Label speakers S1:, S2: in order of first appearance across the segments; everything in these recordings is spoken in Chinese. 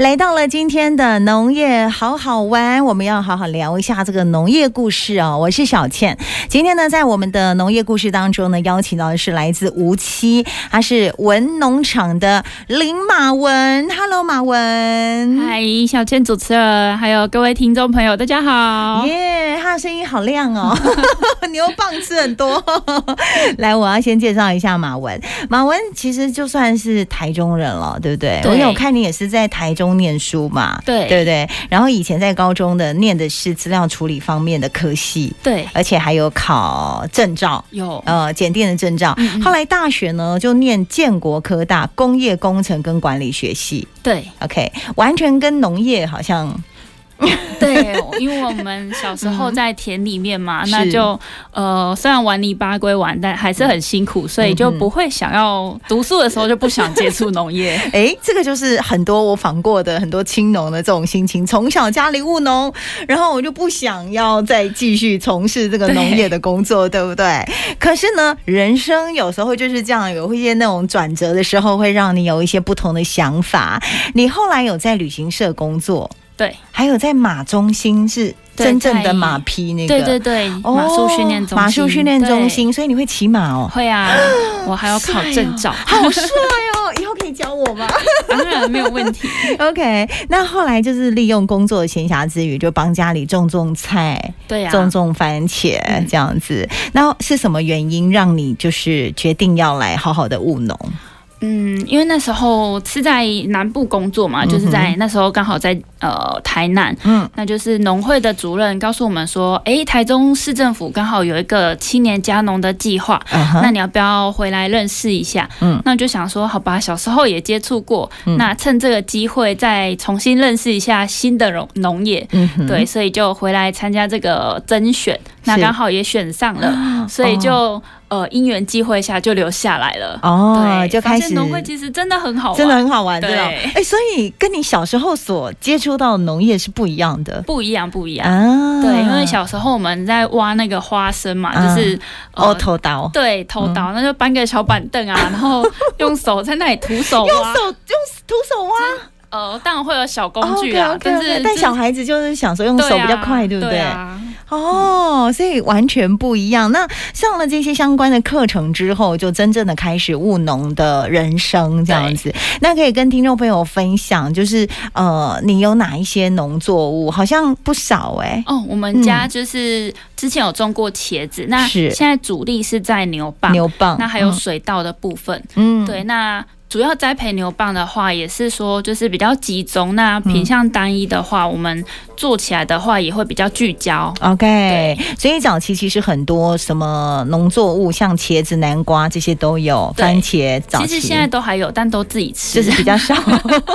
S1: 来到了今天的农业好好玩，我们要好好聊一下这个农业故事哦。我是小倩，今天呢，在我们的农业故事当中呢，邀请到的是来自无锡，他是文农场的林马文。Hello，马文。
S2: 嗨，小倩主持人，还有各位听众朋友，大家好。
S1: 耶他的声音好亮 哦，牛蒡吃很多。 来，我要先介绍一下马文。马文其实就算是台中人了，对不对？
S2: 对
S1: 我有看你也是在台中念书嘛，
S2: 对
S1: 对不对？然后以前在高中的念的是资料处理方面的科系，
S2: 对，
S1: 而且还有考证照。
S2: 有
S1: 呃，检定的证照。后来大学呢，就念建国科大工业工程跟管理学系。
S2: 对
S1: OK，完全跟农业好像
S2: 对，因为我们小时候在田里面嘛，
S1: 嗯
S2: 那
S1: 是
S2: 就呃，虽然玩泥巴归玩，但还是很辛苦，所以就不会想要读书的时候就不想接触农 业。
S1: 哎，这个就是很多我访过的很多青农的这种心情。从小家里务农，然后我就不想要再继续从事这个农业的工作，对不对？可是呢，人生有时候就是这样，有一些那种转折的时候，会让你有一些不同的想法。你后来有在旅行社工作，
S2: 对，
S1: 还有在马中心是
S2: 对
S1: 真正
S2: 在
S1: 的马匹那个
S2: 对对对，
S1: 哦
S2: 马术训练中心，
S1: 马术训练中
S2: 对。
S1: 心，所以你会骑马哦。
S2: 会啊，我还要考证 照，
S1: 好帅哦！以后可以教我吗？
S2: 当然没有问题。
S1: OK，那后来就是利用工作的闲暇之余，就帮家里种种菜、
S2: 对啊呀、
S1: 种种番茄
S2: 嗯
S1: 这样子。那是什么原因让你就是决定要来好好的务农？
S2: 嗯，因为那时候是在南部工作嘛，就是在那时候刚好在呃台南，
S1: 嗯，
S2: 那就是农会的主任告诉我们说，诶，台中市政府刚好有一个青年加农的计划，
S1: 嗯
S2: 那
S1: 哼，
S2: 你要不要回来认识一下？
S1: 嗯
S2: 那就想说，好吧，小时候也接触过，
S1: 嗯
S2: 那趁这个机会再重新认识一下新的农农业。
S1: 嗯哼
S2: 对，，所以就回来参加这个甄选，那
S1: 是哦
S2: 刚好也选上了，所以就、呃因缘际会下就留下来了。
S1: 哦，
S2: 对，
S1: 就
S2: 发
S1: 开
S2: 现
S1: 始
S2: 农会其实真的很好玩，
S1: 真的很好玩，
S2: 对
S1: 对吧？哎，所以跟你小时候所接触到的农业是不一样的
S2: 不一样，不一样。
S1: 啊。
S2: 对，因为小时候我们在挖那个花生嘛，
S1: 嗯
S2: 就是呃
S1: 哦，头嗯刀。
S2: 对，头刀，那就搬个小板凳 啊，然后用手在那里徒手
S1: 用
S2: 挖。
S1: 手用徒手挖
S2: 呃，当然会有小工具啊，
S1: 但
S2: 但是
S1: 哦但小
S2: 就是
S1: 孩子就是想说用
S2: 对
S1: 手比
S2: 啊
S1: 较快，对不
S2: 对啊？
S1: 哦，所以完全不一样。那上了这些相关的课程之后，就真正的开始务农的人生这样子。那可以跟听众朋友分享，就是呃，你有哪一些农作物？好像不少哎、
S2: 哦，我们家就是之前有种过茄子，那
S1: 是
S2: 现在主力是在牛蒡，
S1: 牛蒡，
S2: 那还有水稻的部分。
S1: 嗯，
S2: 对，那主要栽培牛蒡的话，也是说就是比较集中。那
S1: 嗯
S2: 品相单一的话，我们做起来的话也会比较聚焦。
S1: OK，
S2: 对
S1: 所以早期其实很多什么农作物，像茄子、南瓜这些都有，
S2: 对
S1: 番茄早
S2: 其
S1: 期
S2: 实现在都还有，但都自己
S1: 就
S2: 吃。
S1: 是比较少。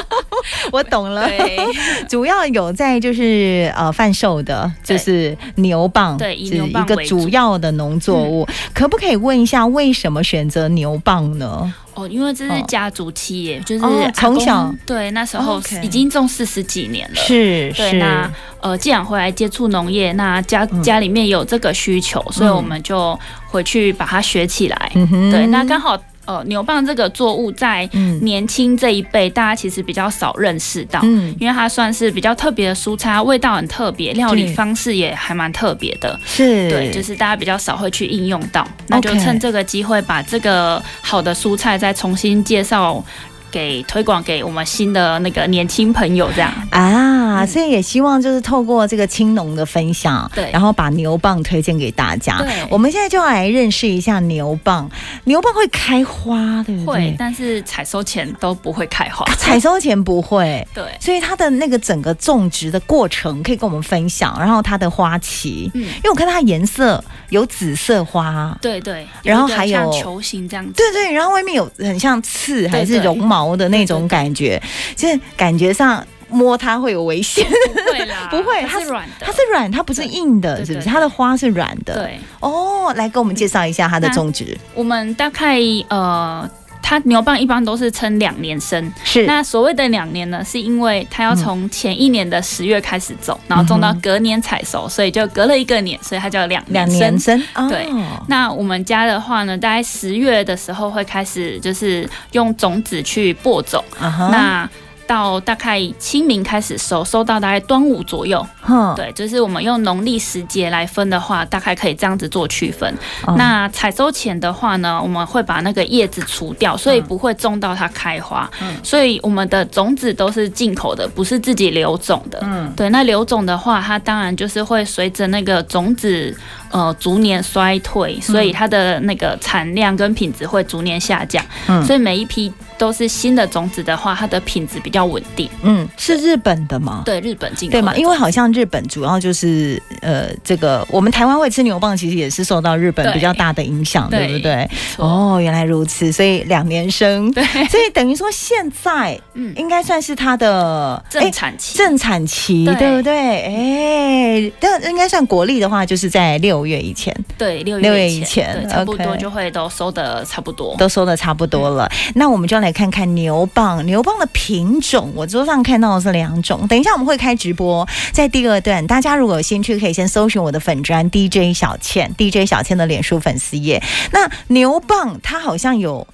S1: 我懂了。
S2: 对
S1: 主要有在就是呃贩售的，就
S2: 对
S1: 是牛蒡，
S2: 对以
S1: 是
S2: 牛
S1: 一
S2: 蒡
S1: 个
S2: 为
S1: 主
S2: 主嗯
S1: 要的农作物。可不可以问一下，为什么选择牛蒡呢？
S2: 哦，因为这
S1: 哦
S2: 是家族企业，就是
S1: 哦
S2: 阿公
S1: 从小哦
S2: 对那时候
S1: OK
S2: 已经种四十几年了。
S1: 是
S2: 对，那呃，既然回来接触农业，那家
S1: 嗯
S2: 家里面有这个需求，所以
S1: 嗯
S2: 我们就回去把它学起来。
S1: 嗯哼
S2: 对，那刚好呃，牛蒡这个作物在
S1: 嗯
S2: 年轻这一辈，大家其实比较少认识到。
S1: 嗯
S2: 因为它算是比较特别的蔬菜，它味道很特别，料理
S1: 对
S2: 方式也还蛮特别的，
S1: 是
S2: 对，就是大家比较少会去应用到，那就
S1: OK
S2: 趁这个机会把这个好的蔬菜再重新介绍给推广给我们新的那个年轻朋友，这样嗯
S1: 啊，所以也希望就是透过这个青农的分享，
S2: 对
S1: 然后把牛蒡推荐给大家
S2: 对。
S1: 我们现在就要来认识一下牛蒡，牛蒡会开花，对不嗯
S2: 会
S1: 对，？
S2: 但是采收前都不会开花，
S1: 采收前不会。
S2: 对，
S1: 所以它的那个整个种植的过程可以跟我们分享，然后它的花期，
S2: 嗯，
S1: 因为我看它颜色有紫色花，
S2: 对对，
S1: 然后
S2: 一个
S1: 还有
S2: 像球形这 样子，
S1: 对对，然后外面有很像刺还是
S2: 对对
S1: 绒毛的那种
S2: 对对对
S1: 感觉，就是感觉上摸它会有危险。
S2: 不会啦，
S1: 不会它
S2: 它是软 的，
S1: 它是软，它不是
S2: 对
S1: 硬的，
S2: 对
S1: 是不是？
S2: 对
S1: 它的花是软的。
S2: 对，
S1: 哦，来给我们介绍一下它的
S2: 那
S1: 种植。
S2: 我们大概呃。它牛蒡一般都是称两年生，
S1: 是
S2: 那所谓的两年呢，是因为它要从前一年的十月开始种，然后种到隔年采收，所以就隔了一个年，所以它叫两
S1: 两
S2: 生
S1: 年生，哦
S2: 对那我们家的话呢，大概十月的时候会开始，就是用种子去播种。
S1: 啊哈，
S2: 那到大概清明开始收，收到大概端午左右。
S1: 哼，
S2: 对，就是我们用农历时节来分的话，大概可以这样子做区分。
S1: 哦
S2: 那采收前的话呢，我们会把那个叶子除掉，所以不会种到它开花。
S1: 嗯
S2: 所以我们的种子都是进口的，不是自己留种的。
S1: 嗯，
S2: 对，那留种的话，它当然就是会随着那个种子呃逐年衰
S1: 嗯
S2: 退，所以它的那个产量跟品质会逐年下降。
S1: 嗯
S2: 所以每一批都是新的种子的话，它的品质比较稳定。
S1: 嗯，是日本的吗？
S2: 对，日本进口
S1: 对
S2: 的
S1: 嘛，因为好像日本主要就是呃，这个我们台湾会吃牛蒡，其实也是受到日本
S2: 对
S1: 比较大的影响，对
S2: 对
S1: 不对？
S2: 错
S1: 哦，原来如此，所以两年生，对，所以等于说现在
S2: 嗯
S1: 应该算是它的
S2: 正产
S1: 哦
S2: 期。
S1: 正产期，
S2: 对嗯
S1: 对不对？哎，但应该算国历的话，就是在六月以前
S2: 对，六
S1: 六
S2: 月
S1: 月
S2: 以
S1: 以
S2: 前，
S1: 前
S2: 对，差不
S1: OK
S2: 多就会都收的差不多。
S1: 都收的差不多了。那我们就要来看看牛蒡，牛蒡的品种，我桌上看到的是两种。等一下我们会开直播，在第二段，大家如果有兴趣，可以先搜寻我的粉砖 DJ 小倩，DJ 小倩的脸书粉丝页。那牛蒡它好像有。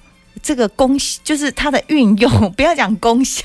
S1: 这个功就是它的运用，不要讲功效，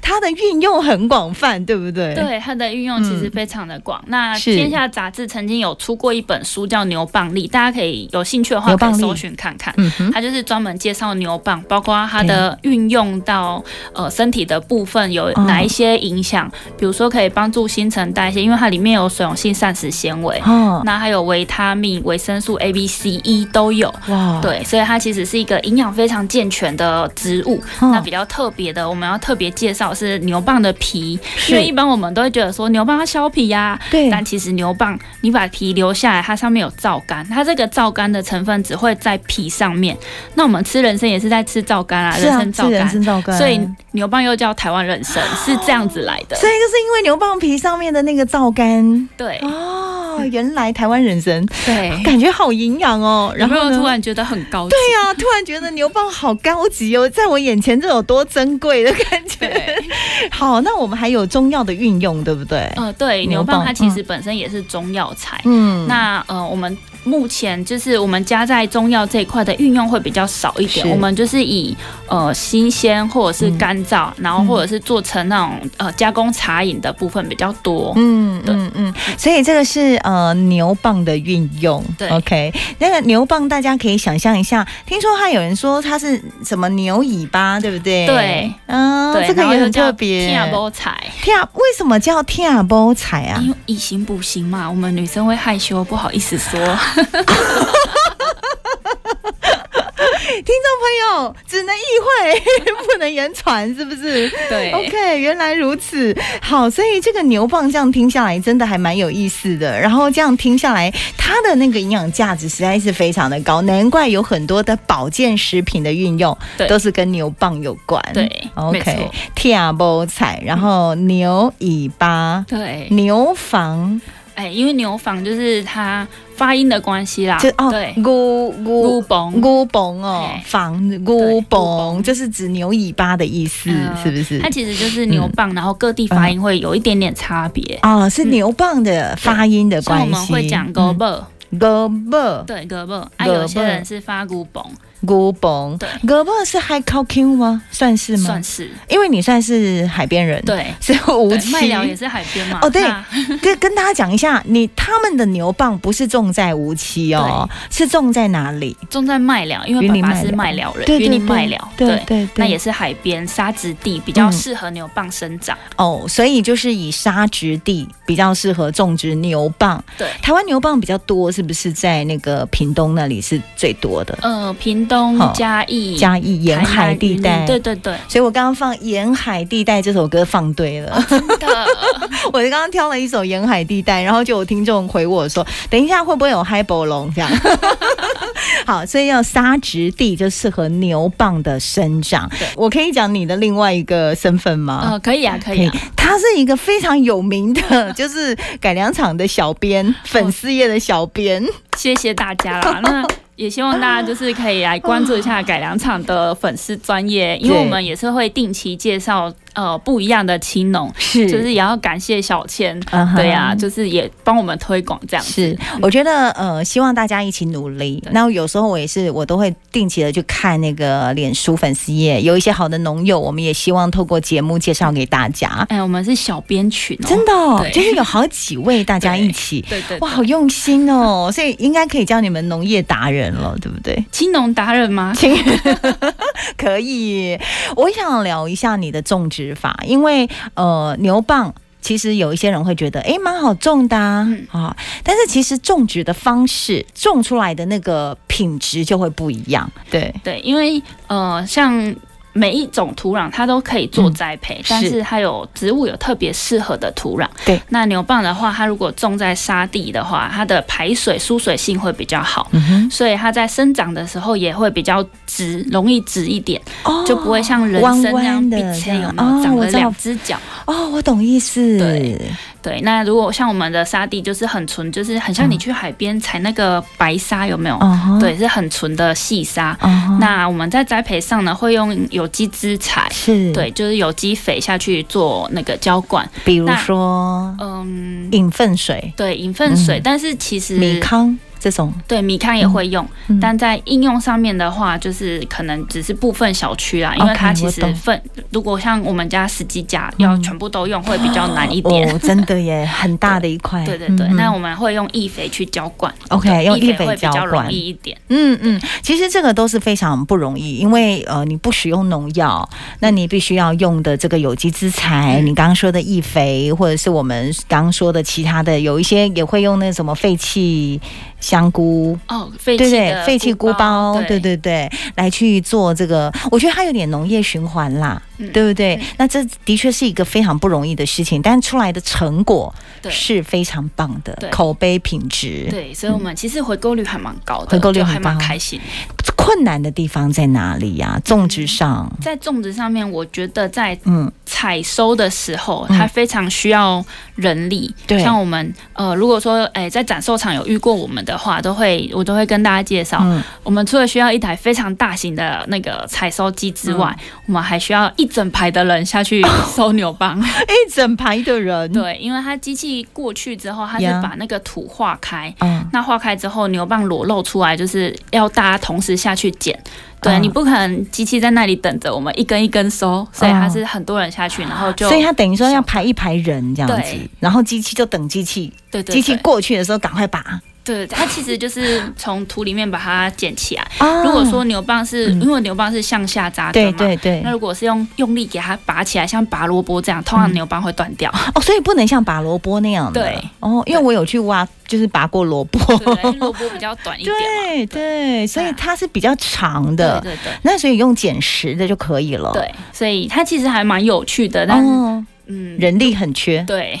S1: 它的运用很广泛，对不对？
S2: 对它的运用其实非常的广。那《
S1: 嗯是
S2: 天下》杂志曾经有出过一本书叫《牛蒡力》，大家可以有兴趣的话
S1: 牛
S2: 可
S1: 蒡
S2: 以
S1: 粒
S2: 搜寻看看。
S1: 嗯哼，
S2: 它就是专门介绍牛蒡，包括它的运用到呃身体的部分有
S1: 嗯
S2: 哪一些影响，比如说可以帮助新陈代谢，因为它里面有水溶性膳食纤维，
S1: 哦，
S2: 那还有维他命、维生素 A、B、C、E 都有。
S1: 哇，
S2: 对，所以它其实是一个营养非常健全的植物。
S1: 哦
S2: 那比较特别的，我们要特别介绍是牛蒡的皮，
S1: 是
S2: 因为一般我们都会觉得说牛蒡它削皮呀、
S1: 对，
S2: 但其实牛蒡你把皮留下来，它上面有皂苷，它这个皂苷的成分只会在皮上面。那我们吃人参也是在吃皂苷啊，
S1: 是啊，
S2: 人参皂
S1: 是人
S2: 苷，
S1: 参皂苷，
S2: 所以牛蒡又叫台湾人参，是这样子来的。
S1: 所以就是因为牛蒡皮上面的那个皂苷，
S2: 对
S1: 哦，原来台湾人参
S2: 对，
S1: 感觉好营养哦。
S2: 哎有
S1: 然
S2: 没
S1: 后
S2: 有
S1: 呢
S2: 突然觉得很高级？
S1: 对呀、突然觉得牛蒡好高级哦，在我眼前这有多珍贵的感觉。
S2: 对，
S1: 好，那我们还有中药的运用，对不对？
S2: 呃，对，
S1: 牛
S2: 牛
S1: 蒡
S2: 蒡它其实本身也是中药材。
S1: 嗯，
S2: 那呃，我们目前就是我们家在中药这一块的运用会比较少一点，
S1: 是
S2: 我们就是以呃新鲜或者是
S1: 嗯
S2: 干燥，然后或者是做成那种呃加工茶饮的部分比较多。
S1: 嗯
S2: 对
S1: 嗯嗯，所以这个是呃牛蒡的运用。
S2: 对
S1: ，OK，那个牛蒡大家可以想象一下，听说还有人说它是什么牛尾巴，对不对？
S2: 对，
S1: 嗯、
S2: 对，
S1: 这个
S2: 然后
S1: 也
S2: 又
S1: 很
S2: 叫
S1: 特别。
S2: 天波菜，
S1: 天啊，为什么叫天啊包菜啊？
S2: 因为以形补形嘛，我们女生会害羞，不好意思 说。嗯
S1: 朋友只能意会， 不能言传，是不是
S2: 对
S1: ？OK，原来如此。好，所以这个牛蒡这样听下来，真的还蛮有意思的。然后这样听下来，它的那个营养价值实在是非常的高，难怪有很多的保健食品的运用
S2: 对
S1: 都是跟牛蒡有关。
S2: 对没
S1: ，OK，
S2: 错
S1: 天包菜，然后牛尾巴、
S2: 对，
S1: 牛房，
S2: 哎，因为牛坊就是它发音的关系啦，
S1: 就哦
S2: 啊对，，
S1: 咕咕
S2: 乌崩。
S1: 菇崩哦
S2: 嘿，
S1: 防菇
S2: 对菇
S1: 崩
S2: 崩
S1: 就是指牛尾巴的意思，
S2: 嗯
S1: 是不是
S2: 它？其实就是
S1: 嗯
S2: 牛蒡，然后各地发音会有一点点差别。
S1: 哦，是牛蒡的发音的
S2: 像我
S1: 关
S2: 们
S1: 系。嗯
S2: 会讲 g o b e
S1: 胳膊
S2: 对 g o b e 啊，
S1: 胳膊
S2: 有些人是发古崩，
S1: 菇崩，
S2: 对，
S1: 胳膊是 high c o q i n 吗？算哦是吗？
S2: 算是
S1: 因为你算是海边人，，
S2: 对。
S1: 所以无
S2: 对
S1: 期。
S2: 麦寮也是海边嘛？
S1: 哦对
S2: 那
S1: 跟跟大家讲一下，你他们的牛蒡不是种在无期哦，是种在哪里？
S2: 种在麦寮，因
S1: 云
S2: 为
S1: 林
S2: 爸爸
S1: 麦
S2: 是
S1: 寮
S2: 麦寮人，
S1: 对对
S2: 云林
S1: 对
S2: 麦寮，
S1: 对嗯对对
S2: 那也是海边沙质地，比较适合牛蒡生长。
S1: 哦，所以就是以沙质地比较适合种植牛蒡。
S2: 对，
S1: 台湾牛蒡比较多，是不是在那个屏东那里是最多的？
S2: 呃，屏东
S1: 好、
S2: 嘉义、
S1: 嘉义沿
S2: 台南
S1: 海地
S2: 云
S1: 带
S2: 林。对对 对，
S1: 所以我刚刚放《沿海地带》这首歌放对 了，
S2: 真的
S1: 我刚刚挑了一首《沿海地带》，然后就有听众回我说，等一下会不会有嗨博龙 这样？好，所以要沙质地就适合牛蒡的生长
S2: 对。
S1: 我可以讲你的另外一个身份吗？
S2: 呃，可以啊，可以啊，
S1: 他是一个非常有名的， 就是改良场的小编，粉丝业的小编。
S2: 谢谢大 家啦。那也希望大家就是可以来关注一下改良场的粉丝专业，因为我们也是会定期介绍呃不一样的青农，
S1: 是
S2: 就是也要感谢小千，
S1: 嗯哼
S2: 对呀、就是也帮我们推广这样子。嗯
S1: 是，我觉得呃，希望大家一起努力。那有时候我也是，我都会定期的去看那个脸书粉丝页，有一些好的农友，我们也希望透过节目介绍给大家。
S2: 哎，我们是小编群哦，
S1: 真的、哦，
S2: 对
S1: 就是有好几位大家一起，
S2: 对对
S1: 哇，
S2: 对，
S1: 好用心哦，所以应该可以叫你们农业达人了，对不对？
S2: 青农达人吗？
S1: 亲， 可以。我想聊一下你的种植法，因为呃，牛蒡。其实有一些人会觉得，诶，蛮好种的啊、
S2: 嗯
S1: 啊但是其实种植的方式，种出来的那个品质就会不一样。对，
S2: 对，因为呃，像每一种土壤它都可以做栽培，但
S1: 嗯是
S2: 是它有植物有特别适合的土壤。
S1: 对，
S2: 那牛蒡的话，它如果种在沙地的话，它的排水疏水性会比较好。
S1: 嗯哼，
S2: 所以它在生长的时候也会比较直，容易直一点，就不会像人参那样
S1: 哦弯弯的
S2: 比切
S1: 这
S2: 有没
S1: 样
S2: 有
S1: 哦
S2: 长
S1: 我
S2: 了
S1: 知道
S2: 两只脚。
S1: 哦，我懂意思。
S2: 对，对，那如果像我们的沙地就是很纯，就是很像你去海边采那个白沙，有没有？
S1: 嗯哦、哈，
S2: 对，是很纯的细沙。
S1: 哦哈，
S2: 那我们在栽培上呢，会用有机资材，
S1: 是，
S2: 对，就是有机肥下去做那个浇灌。
S1: 比如
S2: 那
S1: 说
S2: 嗯，
S1: 饮粪水、
S2: 对，银粪水，
S1: 嗯
S2: 但是其实
S1: 米糠这种，
S2: 对米糠也会用，
S1: 嗯
S2: 但在应用上面的话，就是可能只是部分小区啦，因为
S1: OK，
S2: 它其
S1: 我
S2: 实
S1: 懂
S2: 分，如果像我们家十几家要
S1: 嗯
S2: 全部都用，会比较难一点。
S1: 哦，真的耶，很大的一块。
S2: 对对对，
S1: 嗯
S2: 那我们会用易肥去浇灌
S1: OK，用易
S2: 易
S1: 肥
S2: 肥会比
S1: 浇
S2: 较容
S1: 灌
S2: 易一点。
S1: 嗯嗯，其实这个都是非常不容易，因为呃，你不使用农药，那你必须要用的这个有机资材，
S2: 嗯
S1: 你刚刚说的易肥，或者是我们刚刚说的其他的，有一些也会用那什么废弃香菇。
S2: 哦，废
S1: 对
S2: 弃
S1: 对，
S2: 的
S1: 废弃菇包，对对
S2: 对，
S1: 对，来去做这个，我觉得它有点农业循环啦，
S2: 嗯
S1: 对不对？那这的确是一个非常不容易的事情，但出来的成果
S2: 对
S1: 是非常棒的，
S2: 对
S1: 口碑品质。
S2: 对，所以我们其实回购率还蛮高的，
S1: 回购率
S2: 就
S1: 很
S2: 还蛮
S1: 高
S2: 开心的。
S1: 困难的地方在哪里呀、
S2: 嗯
S1: 种植上，
S2: 在种植上面，我觉得在
S1: 嗯，
S2: 采收的时候，
S1: 嗯
S2: 它非常需要人力。
S1: 对
S2: 像我们呃，如果说哎、在展售场有遇过我们的话，都会我都会跟大家介绍，
S1: 嗯，
S2: 我们除了需要一台非常大型的那个采收机之外，
S1: 嗯
S2: 我们还需要一整排的人 下去收牛蒡。
S1: 一整排的人，
S2: 对，因为它机器过去之后，它是
S1: 嗯呀
S2: 把那个土化开。
S1: 嗯，
S2: 那化开之后，牛蒡裸露出来，就是要大家同时下去捡。对、
S1: 嗯
S2: 你不可能机器在那里等着我们一根一根收，所以它是很多人下去，然后就
S1: 啊所以他等于说要
S2: 小
S1: 排一排人这样子
S2: 对，
S1: 然后机器就等机器，
S2: 对对
S1: 机器
S2: 对啊
S1: 过去的时候赶快拔。
S2: 对它其实就是从土里面把它捡起来。
S1: 啊
S2: 如果说牛蒡是、
S1: 嗯
S2: 因为牛蒡是向下扎根
S1: 对
S2: 嘛，
S1: 对对
S2: 那，如果是用用力给它拔起来，像拔萝卜这样，通常
S1: 嗯
S2: 牛蒡会 断掉。
S1: 哦，所以不能像拔萝卜那样的，
S2: 对，
S1: 哦，因为
S2: 对
S1: 我有去挖，就是拔过萝卜，
S2: 对 不对，因为萝卜比较短一点嘛。
S1: 对对，所以它是比较长
S2: 对
S1: 的，
S2: 对对
S1: 那所以用捡拾的就可以了，，
S2: 对，所以它其实还蛮有趣的，但是、
S1: 哦，
S2: 嗯，
S1: 人力很缺，
S2: 对，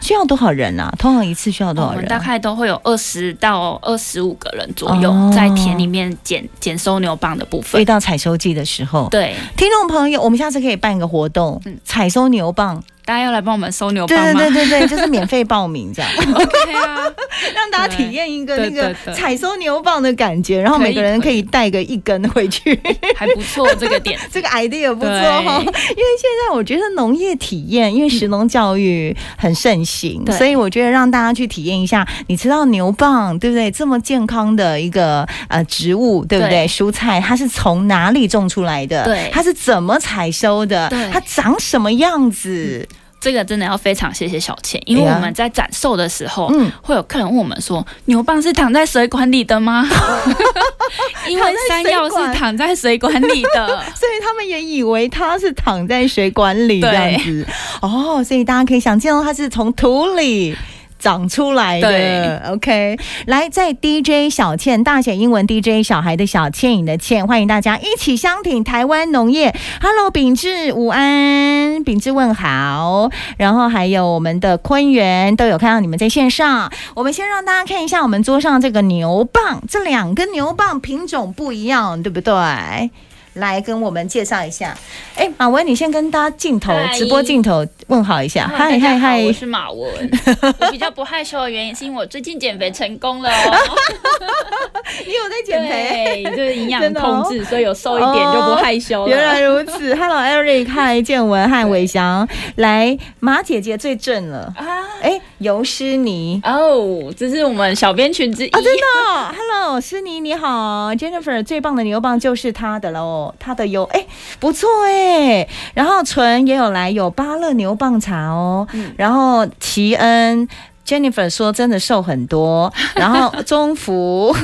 S1: 需要多少人啊？通常一次需要多
S2: 哦我
S1: 少
S2: 们
S1: 人
S2: 大
S1: 啊？
S2: 概都会有二十到二十五个人左右
S1: 哦
S2: 在田里面捡捡收牛蒡的部
S1: 遇
S2: 分。
S1: 到采收季的时候，
S2: 对，
S1: 听众朋友，我们下次可以办一个活动
S2: 嗯，
S1: 采收牛蒡，
S2: 大家要来帮我们收牛
S1: 对
S2: 蒡
S1: 对
S2: 吗？
S1: 对对对，就是免费报名这样，
S2: OK 啊，
S1: 让大家体验一个那
S2: 对
S1: 个
S2: 对对
S1: 采收牛蒡的感觉，然后每个人可以带个一根回去，
S2: 还不错这个点。
S1: 这个 idea 不错
S2: 对
S1: 哦。因为现在我觉得农业体验，因为食农教育很盛行，
S2: 对
S1: 所以我觉得让大家去体验一下，你吃到牛蒡，对不对？这么健康的一个呃植物，对不对？
S2: 对
S1: 蔬菜它是从哪里种出来的？
S2: 对
S1: 它是怎么采收的
S2: 对？
S1: 它长什么样子？
S2: 这个真的要非常谢谢小倩，因为
S1: 对啊
S2: 我们在展售的时候，
S1: 嗯。
S2: 会有客人问我们说：“牛蒡是躺在水管里的吗？” 因为山药是躺在水管里的
S1: 所以他们也以为它是躺在水管里这样子。哦，所以大家可以想见到它是从土里。长出来的
S2: 对
S1: ，OK，来在 DJ 小倩大写英文 DJ 小孩的小倩影的倩，欢迎大家一起相挺台湾农业。Hello，秉志午安，秉志问好，然后还有我们的坤元都有看到你们在线上。我们先让大家看一下我们桌上这个牛蒡，这两根牛蒡品种不一样，对不对？来跟我们介绍一下。哎，马文，你先跟大家镜头
S2: 嗨
S1: 直播镜头问好一下，
S2: 大
S1: 嗨嗨
S2: 家好， 我
S1: 嗨，
S2: 是马文。我比较不害羞的原因是因为我最近减肥成功了哦，
S1: 你有在减肥？
S2: 对，就是营养
S1: 真的哦
S2: 控制，所以有瘦一点就不害羞了。
S1: 原来如此，Hello Eric，嗨建文， 嗨伟翔，来马姐姐最正了，
S2: 啊，
S1: 哎，尤诗妮。
S2: 哦，这是我们小编群之一。
S1: 啊、真的哦、，Hello，诗妮你好，Jennifer 最棒的牛蒡就是她的喽，她的有哎、不错哎、然后纯也有来有芭乐牛蒡茶哦，
S2: 嗯
S1: 然后奇恩。Jennifer 说：“真的瘦很 多，然后中福，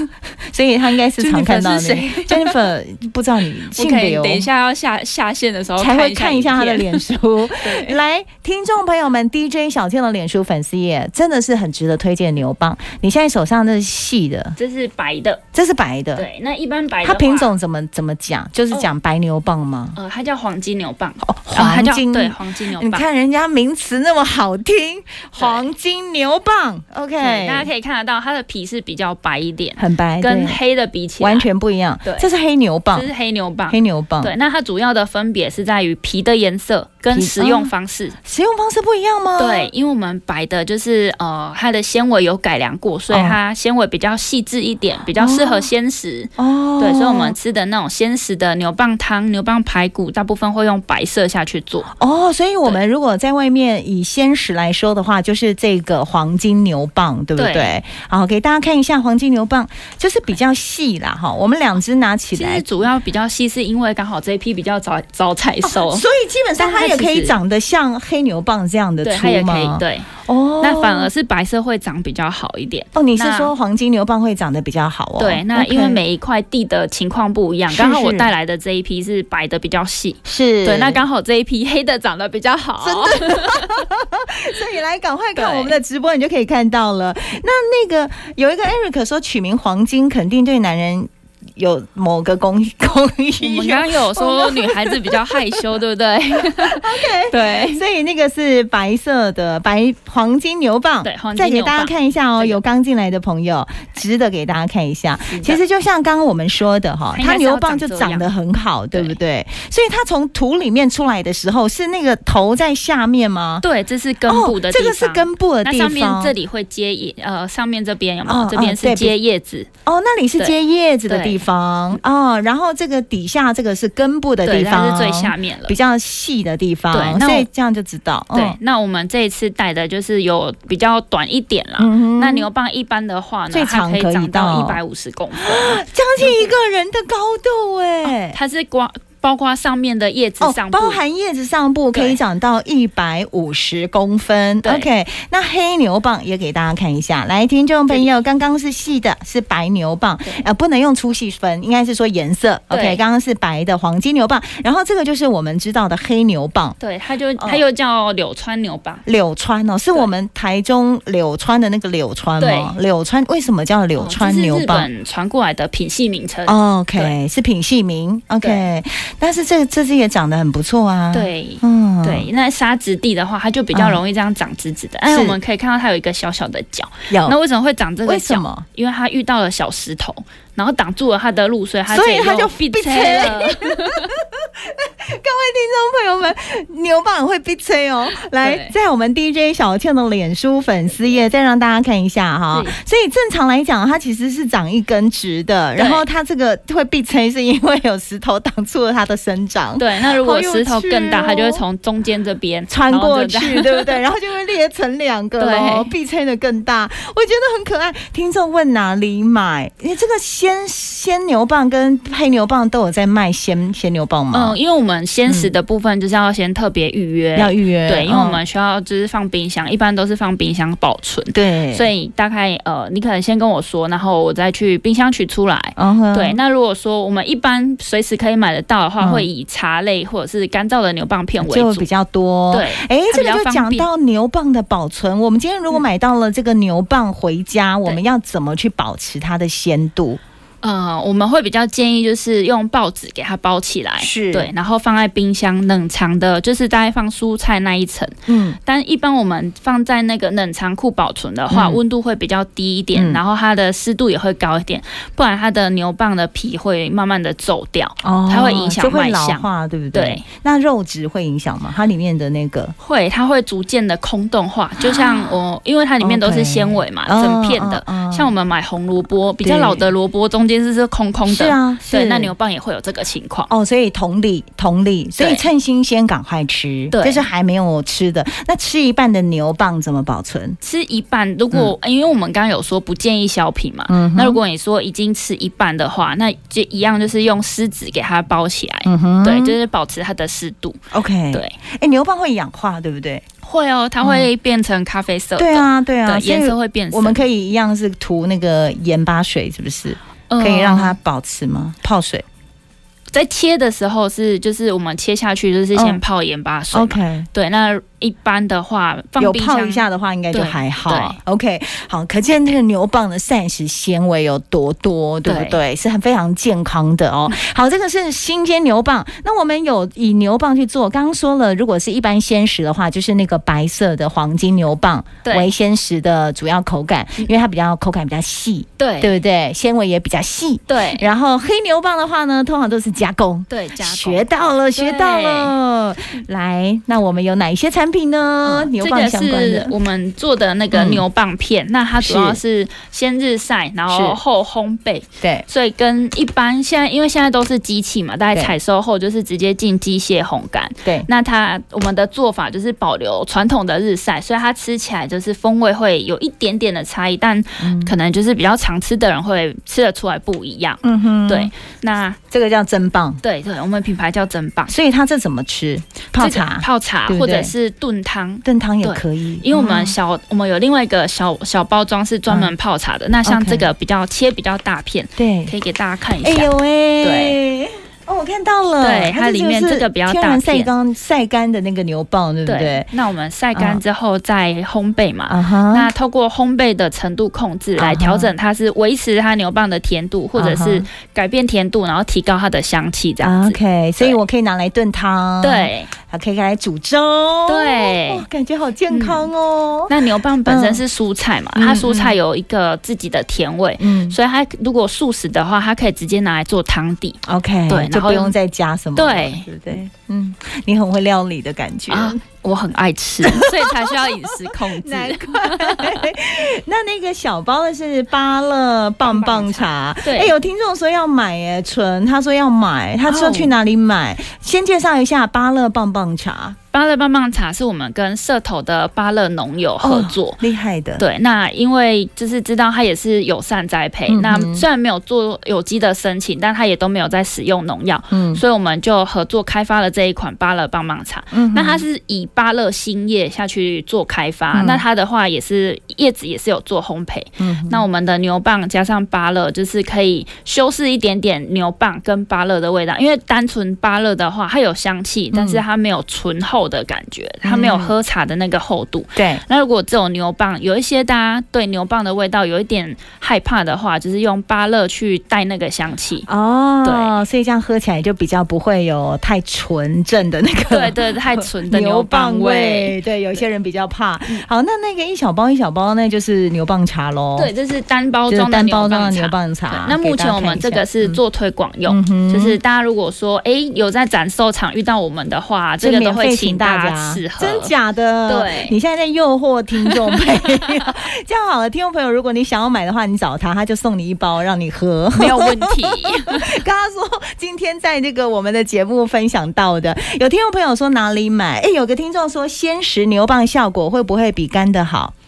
S1: 所以她应该是常看到你。
S2: Jennifer 是谁
S1: Jennifer 不知道你
S2: 我
S1: 性
S2: 可
S1: 别
S2: 以
S1: 哦，
S2: 等一下要下下线的时候
S1: 才会看一下她的
S2: 影片。
S1: 脸书。
S2: 对，
S1: 来，听众朋友们，DJ 小倩的脸书粉丝页真的是很值得推荐牛蒡。你现在手上那是细的，
S2: 这是白的，
S1: 这是白的，
S2: 对，那一般白的
S1: 它
S2: 话哦
S1: 品。种怎么怎么讲？就是讲白牛蒡吗？
S2: 呃，它叫黄金牛蒡，
S1: 哦，
S2: 啊它
S1: 黄
S2: 叫
S1: 金、
S2: 对黄金牛
S1: 你
S2: 蒡。
S1: 看人家名词那么好听，黄金牛蒡，OK，
S2: 对，大家可以看得到，它的皮是比较白一点，
S1: 很白，
S2: 跟
S1: 哎对
S2: 黑的比起来，
S1: 完全不一样。
S2: 对
S1: 这是黑牛
S2: 这
S1: 蒡，
S2: 是黑牛蒡。
S1: 黑牛蒡，
S2: 对，，那它主要的分别是在于皮的颜色跟
S1: 皮
S2: 食用方式。
S1: 使用方式不一样吗？
S2: 对，，因为我们白的就是呃，它的纤维有改良过，所以
S1: 哦
S2: 它纤维比较细致一点，比较适合鲜食。
S1: 哦，
S2: 对，所以我们吃的那种鲜食的牛蒡汤、牛蒡排骨，大部分会用白色下去做。
S1: 哦，所以我们如果在外面以鲜食来说的话，就是这个黄金牛蒡，对不对？
S2: 对
S1: 好，给大家看一下黄金牛蒡，就是比较细啦，哈，我们两只拿起
S2: 其实
S1: 来。
S2: 主要比较细，是因为刚好这一批比较早早采收，
S1: 哦所以基本上它也可以长得像黑牛蒡这样的
S2: 对，
S1: 粗
S2: 它也可以
S1: 吗？
S2: 对。
S1: 哦，
S2: 那反而是白色会长比较好一点。
S1: 哦，你是
S2: 那
S1: 说黄金牛蒡会长得比较好哦？
S2: 对，那因为
S1: OK
S2: 每一块地的情况不一样，
S1: 是
S2: 刚好我
S1: 是
S2: 带来的这一批是白的比较细，
S1: 是
S2: 对，那刚好这一批黑的长得比较好，真的
S1: 所以来赶快看
S2: 对
S1: 我们的直播，你就可以看到了。那那个有一个 Eric 说取名黄金，肯定对男人有某个公公
S2: 我
S1: 益
S2: 们刚。刚有 说女孩子比较害羞，对不对？OK，对
S1: 所以那个是白色的白黄金牛蒡，
S2: 对，黄金
S1: 再给
S2: 牛
S1: 大家
S2: 蒡
S1: 看一下哦，
S2: 这个
S1: 有刚进来的朋友，值得给大家看一下。
S2: 是的
S1: 其实就像刚刚我们说的哈，
S2: 它应
S1: 它
S2: 该是
S1: 牛
S2: 要
S1: 蒡就长得很好，
S2: 这
S1: 对
S2: 样
S1: 不对？所以它从土里面出来的时候，是那个头在下面吗？
S2: 对，这是根部的
S1: 哦，
S2: 地
S1: 这
S2: 方。
S1: 个是根部的
S2: 那
S1: 地
S2: 上
S1: 方。
S2: 面这里会接叶，呃，上面这边有没有？
S1: 嗯
S2: 这边
S1: 嗯对
S2: 是接叶子，
S1: 哦，那里是
S2: 对
S1: 接叶子的地方哦，然后这个底下这个是根部的
S2: 对，
S1: 地
S2: 它
S1: 方，
S2: 是最下面了
S1: 比。较细的地方，
S2: 对那我
S1: 所以这样就知道。哦
S2: 对，那我们这一次带的就是有比较短一点啦。
S1: 嗯
S2: 啊那牛蒡一般的话呢，
S1: 最
S2: 它
S1: 长
S2: 可以
S1: 可以
S2: 长到
S1: 到哦
S2: 一百五十公分，
S1: 将近一个人的高度哎、
S2: 它是光包括上面的叶子
S1: 哦
S2: 上，部，
S1: 包含叶子上部可
S2: 对
S1: 以长到一百五十公分。
S2: 对
S1: OK，那黑牛蒡也给大家看一下。来，听众朋友，刚刚是细的，是白牛蒡
S2: 对，
S1: 呃，不能用粗细分，应该是说颜色。
S2: 对
S1: OK，刚刚是白的黄金牛蒡，然后这个就是我们知道的黑牛蒡。
S2: 对，它就
S1: 哦
S2: 它又叫柳川牛蒡。
S1: 柳川哦，是我们台中柳川的那个柳川吗？柳川为什么叫柳川牛
S2: 哦这是日
S1: 蒡、
S2: 本传过来的品系名称。
S1: o k 是品系名。OK，
S2: 对
S1: 但是这这只也长得很不错啊。，
S2: 对。
S1: 嗯，
S2: 对，那沙质地的话，它就比较容易这样长直直的。但是
S1: 是
S2: 我们可以看到它有一个小小的角，那
S1: 有
S2: 为什么会长这个
S1: 为什
S2: 角？
S1: 么？
S2: 因为它遇到了小石头，然后挡住了它的路，所以它
S1: 所以
S2: 这里
S1: 它就
S2: 闭
S1: 闭
S2: 塞
S1: 塞
S2: 了。
S1: 朋友们，牛蒡会逼吹哦！来，
S2: 对
S1: 在我们 DJ 小倩的脸书粉丝页再让大家看一下哈
S2: 是。
S1: 所以正常来讲，它其实是长一根直的，
S2: 对
S1: 然后它这个会逼吹是因为有石头挡住了它的生长。
S2: 对，那如
S1: 好
S2: 果
S1: 有
S2: 石头更大，
S1: 趣哦
S2: 它就会从中间这边
S1: 哦穿过去
S2: 然后就这，样
S1: 对不对？然后就会裂成两个喽，
S2: 对
S1: 壁撑的更大，我觉得很可爱。听众问哪里买？你这个鲜鲜牛蒡跟黑牛蒡都有在卖鲜鲜牛蒡吗
S2: 嗯，？因为我们鲜食的部分就是要先特别预约，
S1: 要预约，
S2: 对，因为我
S1: 嗯
S2: 们需要就是放冰箱，一般都是放冰箱保存。
S1: 对，
S2: 所
S1: 以
S2: 以大概呃，你可能先跟我说，然后我再去冰箱取出来。
S1: 嗯
S2: 对，，那如果说我们一般随时可以买得到的话，
S1: 嗯
S2: 会以茶类或者是干燥的牛蒡片为
S1: 就
S2: 主
S1: 比。较多。
S2: 对，
S1: 哎，
S2: 它
S1: 这个
S2: 比较
S1: 就
S2: 方
S1: 讲
S2: 便
S1: 到牛蒡的保存。我们今天如果
S2: 嗯
S1: 买到了这个牛蒡回家，我们要怎么去保持它的鲜度？
S2: 呃，我们会比较建议就是用报纸给它包起来，
S1: 是
S2: 哎对，然后放在冰箱冷藏的，就是大概放蔬菜那一层。
S1: 嗯，
S2: 但一般我们放在那个冷藏库保存的话，
S1: 嗯
S2: 温度会比较低一点，
S1: 嗯
S2: 然后它的湿度也会高一点，不然它的牛蒡的皮会慢慢的皱掉，
S1: 哦
S2: 它会影响
S1: 就会
S2: 卖
S1: 老
S2: 相
S1: 化，对不对？
S2: 对，
S1: 那肉质会影响吗？它里面的那个
S2: 会它会逐渐的空洞化，就像我，因为它里面都
S1: 啊 OK 嗯
S2: 是纤维嘛，啊整片的。像我
S1: 们
S2: 们买红萝卜，比较
S1: 嗯对
S2: 老的萝卜中间是是空空的，
S1: 是啊，
S2: 对，
S1: 是
S2: 那牛蒡也会有这个情况。
S1: 哦，所以同理同理，所以
S2: 对
S1: 趁新鲜赶快吃，
S2: 对
S1: 这是还没有吃的。那吃一半的牛蒡怎么保存？
S2: 吃一半，如果、因为我们刚刚有说不建议削皮嘛，
S1: 嗯嗯哼
S2: 那如果你说已经吃一半的话，那就一样就是用湿纸给它包起来，
S1: 嗯哼
S2: 对，就是保持它的湿度。
S1: OK。
S2: 对，
S1: 哎，牛蒡会氧化，对不对？
S2: 会哦，它会变成咖啡色的，
S1: 对啊，对啊，
S2: 对，
S1: 所以
S2: 颜色会变色。
S1: 我们可以一样是涂那个盐巴水，是不是？
S2: 嗯
S1: 可以让它保持吗？泡水
S2: 在切的时候是，就是我们切下去就是先泡盐巴水
S1: 嗯
S2: 嘛。
S1: ，OK。
S2: 对，那一般的话放
S1: 有
S2: 冰
S1: 泡
S2: 箱
S1: 一下的话，应该就
S2: 对
S1: 还好
S2: 对。
S1: OK，好，可见这个牛蒡的膳食纤维有多多，对不对？
S2: 对
S1: 是很非常健康的哦。好，这个是新鲜牛蒡。那我们有以牛蒡去做，刚刚说了，如果是一般鲜食的话，就是那个白色的黄金牛蒡
S2: 对
S1: 为鲜食的主要口感，因为它比较口感比较细，
S2: 对对
S1: 对不对？纤维也比较细。
S2: 对
S1: 然后黑牛蒡的话呢，通常都是加工。
S2: 对，加工
S1: 学到了，学到了！来，那我们有哪一些产品呢？牛蒡相关
S2: 哦嗯这
S1: 的
S2: 个是，我们做的那个
S1: 嗯
S2: 牛蒡片，那它主要是先日晒，然后
S1: 是
S2: 后烘焙，
S1: 对，
S2: 所以跟一般现在因为现在都是机器嘛，大概
S1: 对
S2: 采收后就是直接进机械烘干。
S1: 对，
S2: 那它我们的做法就是保留传统的日晒，所以它吃起来就是风味会有一点点的差异，但
S1: 嗯
S2: 可能就是比较常吃的人会吃得出来不一样。
S1: 嗯哼，
S2: 对，那
S1: 这个叫真棒。
S2: 对对，我们品牌叫真棒，
S1: 所以它这怎么吃？泡
S2: 这
S1: 茶
S2: 个、泡茶
S1: 对不
S2: 或者
S1: 对
S2: 是炖汤，
S1: 炖汤也
S2: 对
S1: 可以，嗯
S2: 因为我们小，我们有另外一个小小包装是专门泡茶的。那像
S1: 嗯 OK
S2: 这个比较切比较大片，
S1: 对，
S2: 可以给大家看一
S1: 哎
S2: 下。
S1: 呦喂，
S2: 对。
S1: 哦，我看到了，
S2: 对它里面
S1: 就是
S2: 这个比较
S1: 天然
S2: 大片
S1: 晒干晒干的那个牛蒡，对不对？
S2: 那我们晒干之后再烘焙嘛。
S1: 啊哈，
S2: 那透过烘焙的程度控制
S1: 啊哈
S2: 来调整它是维持它牛蒡的甜度，或者
S1: 啊
S2: 是
S1: 哈
S2: 改变甜度，然后提高它的香气这样
S1: 啊
S2: 子。
S1: OK，所以我可以拿来炖汤，，
S2: 对
S1: 还可以拿来煮粥，
S2: 对
S1: 啊嗯哦，感觉好健康哦。
S2: 那牛蒡本身是蔬菜嘛，
S1: 嗯
S2: 它蔬菜有一个自己的甜味，
S1: 嗯
S2: 所以它如果素食的话，它可以直接拿来做汤底。
S1: 嗯，OK，
S2: 对
S1: 就
S2: 然后
S1: 不用再加什么了，
S2: 对
S1: 对不对？嗯，你很会料理的感觉，
S2: 啊，我很爱吃， 所以才需要饮食控制。
S1: 难怪。那那个小包的是芭乐棒棒茶，
S2: 对
S1: 哎、有听众说要买耶，纯他说要买，他说
S2: 哦
S1: 去哪里买？先介绍一下芭乐棒棒茶，
S2: 芭乐棒棒茶是我们跟社头的芭乐农友合作。
S1: 厉害的，
S2: 对，那因为就是知道它也是友善栽培，
S1: 嗯哼
S2: 那虽然没有做有机的申请，但它也都没有在使用农药，
S1: 嗯
S2: 所以我们就合作开发了这一款芭乐棒棒茶。
S1: 嗯
S2: 那它是以芭乐新叶下去做开发，
S1: 嗯
S2: 那它的话也是叶子也是有做烘焙。
S1: 嗯
S2: 那我们的牛蒡加上芭乐，就是可以修饰一点点牛蒡跟芭乐的味道，因为单纯芭乐的话，它有香气，但是它没有醇厚的感觉，
S1: 嗯
S2: 它没有喝茶的那个厚度。
S1: 对，。
S2: 那如果只有牛蒡，有一些大家对牛蒡的味道有一点害怕的话，就是用芭乐去带那个香气
S1: 哦，所以这样喝起来就比较不会有太纯正的那 个
S2: 对对，太纯的牛
S1: 牛蒡
S2: 蒡味。嗯
S1: 味，对，有些人比较怕。好，那那个一小包一小包，那就是牛蒡茶喽。
S2: 对，，这是单包
S1: 哦就是
S2: 装的
S1: 单
S2: 牛
S1: 包装的
S2: 蒡
S1: 牛
S2: 茶。
S1: 蒡
S2: 对
S1: 茶。
S2: 那目
S1: 给大
S2: 前
S1: 家
S2: 我
S1: 看
S2: 们
S1: 一
S2: 这
S1: 下
S2: 个是
S1: 嗯
S2: 做推广用
S1: 嗯，哼
S2: 就是大家如果说哎、诶有在展售场遇到我们的话，这个都
S1: 免
S2: 会
S1: 费
S2: 请大家试 喝。
S1: 真假的？
S2: 对
S1: 你现在在诱惑听众朋 友。这样好了，听众朋友，如果你想要买的话，你找他，他就送你一包让你喝。
S2: 没有问题，
S1: 刚刚说今天在这个我们的节目分享到的，有听众朋友说哪里买？哎，有个听众说鲜食牛蒡效果会不会比干的好？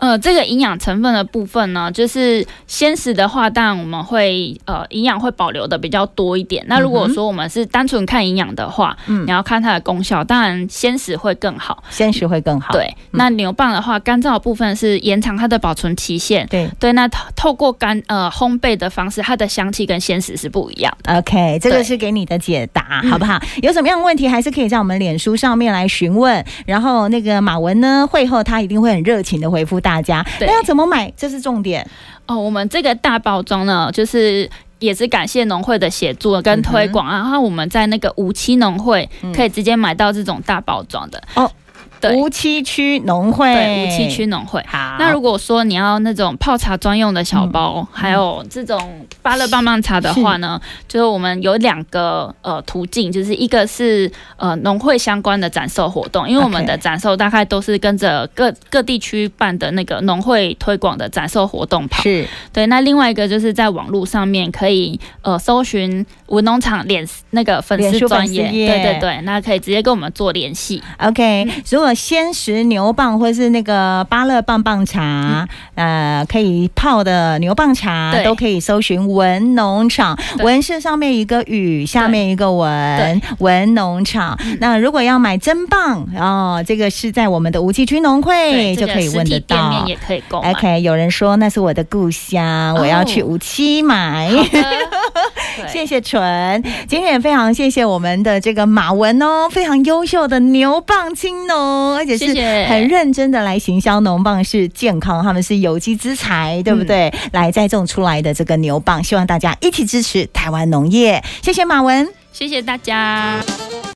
S2: 呃，这个营养成分的部分呢，就是鲜食的话，当然我们会呃营养会保留的比较多一点。那如果说我们是单纯看营养的话，
S1: 嗯
S2: 你要看它的功效，当然鲜食会更好。
S1: 鲜食会更好。
S2: 对，那牛蒡的话，干燥的部分是延长它的保存期限，
S1: 对。
S2: 对，那透透过干呃烘焙的方式，它的香气跟鲜食是不一样的。
S1: OK，这个
S2: 对嗯
S1: 是给你的解答，好不好？有什么样的问题，还是可以在我们脸书上面来询问。然后那个马文呢，会后他一定会很热情的回复大家。
S2: 对
S1: 那要怎么买？这是重点。
S2: 哦，我们这个大包装呢，就是。也是感谢农会的协助跟推广，啊然后我们在那个无期农会可以直接买到这种大包装的
S1: 哦。
S2: 对，
S1: 无七区农会，
S2: 对，无期区农会。
S1: 好。嗯
S2: 那如果说你要那种泡茶专用的小包，还有这种芭乐棒棒茶的话呢，就是我们有两个呃途径，就是一个是呃农会相关的展售活动，因为我们
S1: OK
S2: 的展售大概都是跟着各各地区办的那个农会推广的展售活动跑。
S1: 是
S2: 对，那另外一个就是在网络上面可以呃搜寻文农场脸那个粉
S1: 脸
S2: 丝
S1: 书粉
S2: 专
S1: 丝
S2: 业，
S1: 页
S2: 对对对，那可以直接跟我们做联系。
S1: OK，、如
S2: 嗯
S1: 果鲜食牛蒡或是那个芭乐棒棒茶，呃，可以泡的牛蒡茶
S2: 嗯对
S1: 都可以搜寻文农场，
S2: 对
S1: 文是上面一个雨，下面一个文，文农场。
S2: 嗯
S1: 那如果要买真棒哦，这个是在我们的无际区农会
S2: 对，
S1: 就
S2: 这
S1: 哎可
S2: 个
S1: 以
S2: 实
S1: 问
S2: 体
S1: 得
S2: 店面
S1: 到。哎
S2: 也可以购买。
S1: OK，有人说那是我的故乡，我要去
S2: 哦
S1: 无期买。 谢
S2: 谢
S1: 谢纯，今天也非常谢谢我们的这个马文哦，非常优秀的牛蒡青农，而且是
S2: 谢谢
S1: 很认真的来行销农蒡是健康，他们是有机之才，对不对？
S2: 嗯
S1: 来栽种出来的这个牛蒡，希望大家一起支持台湾农业，谢谢马文。
S2: 谢谢大家。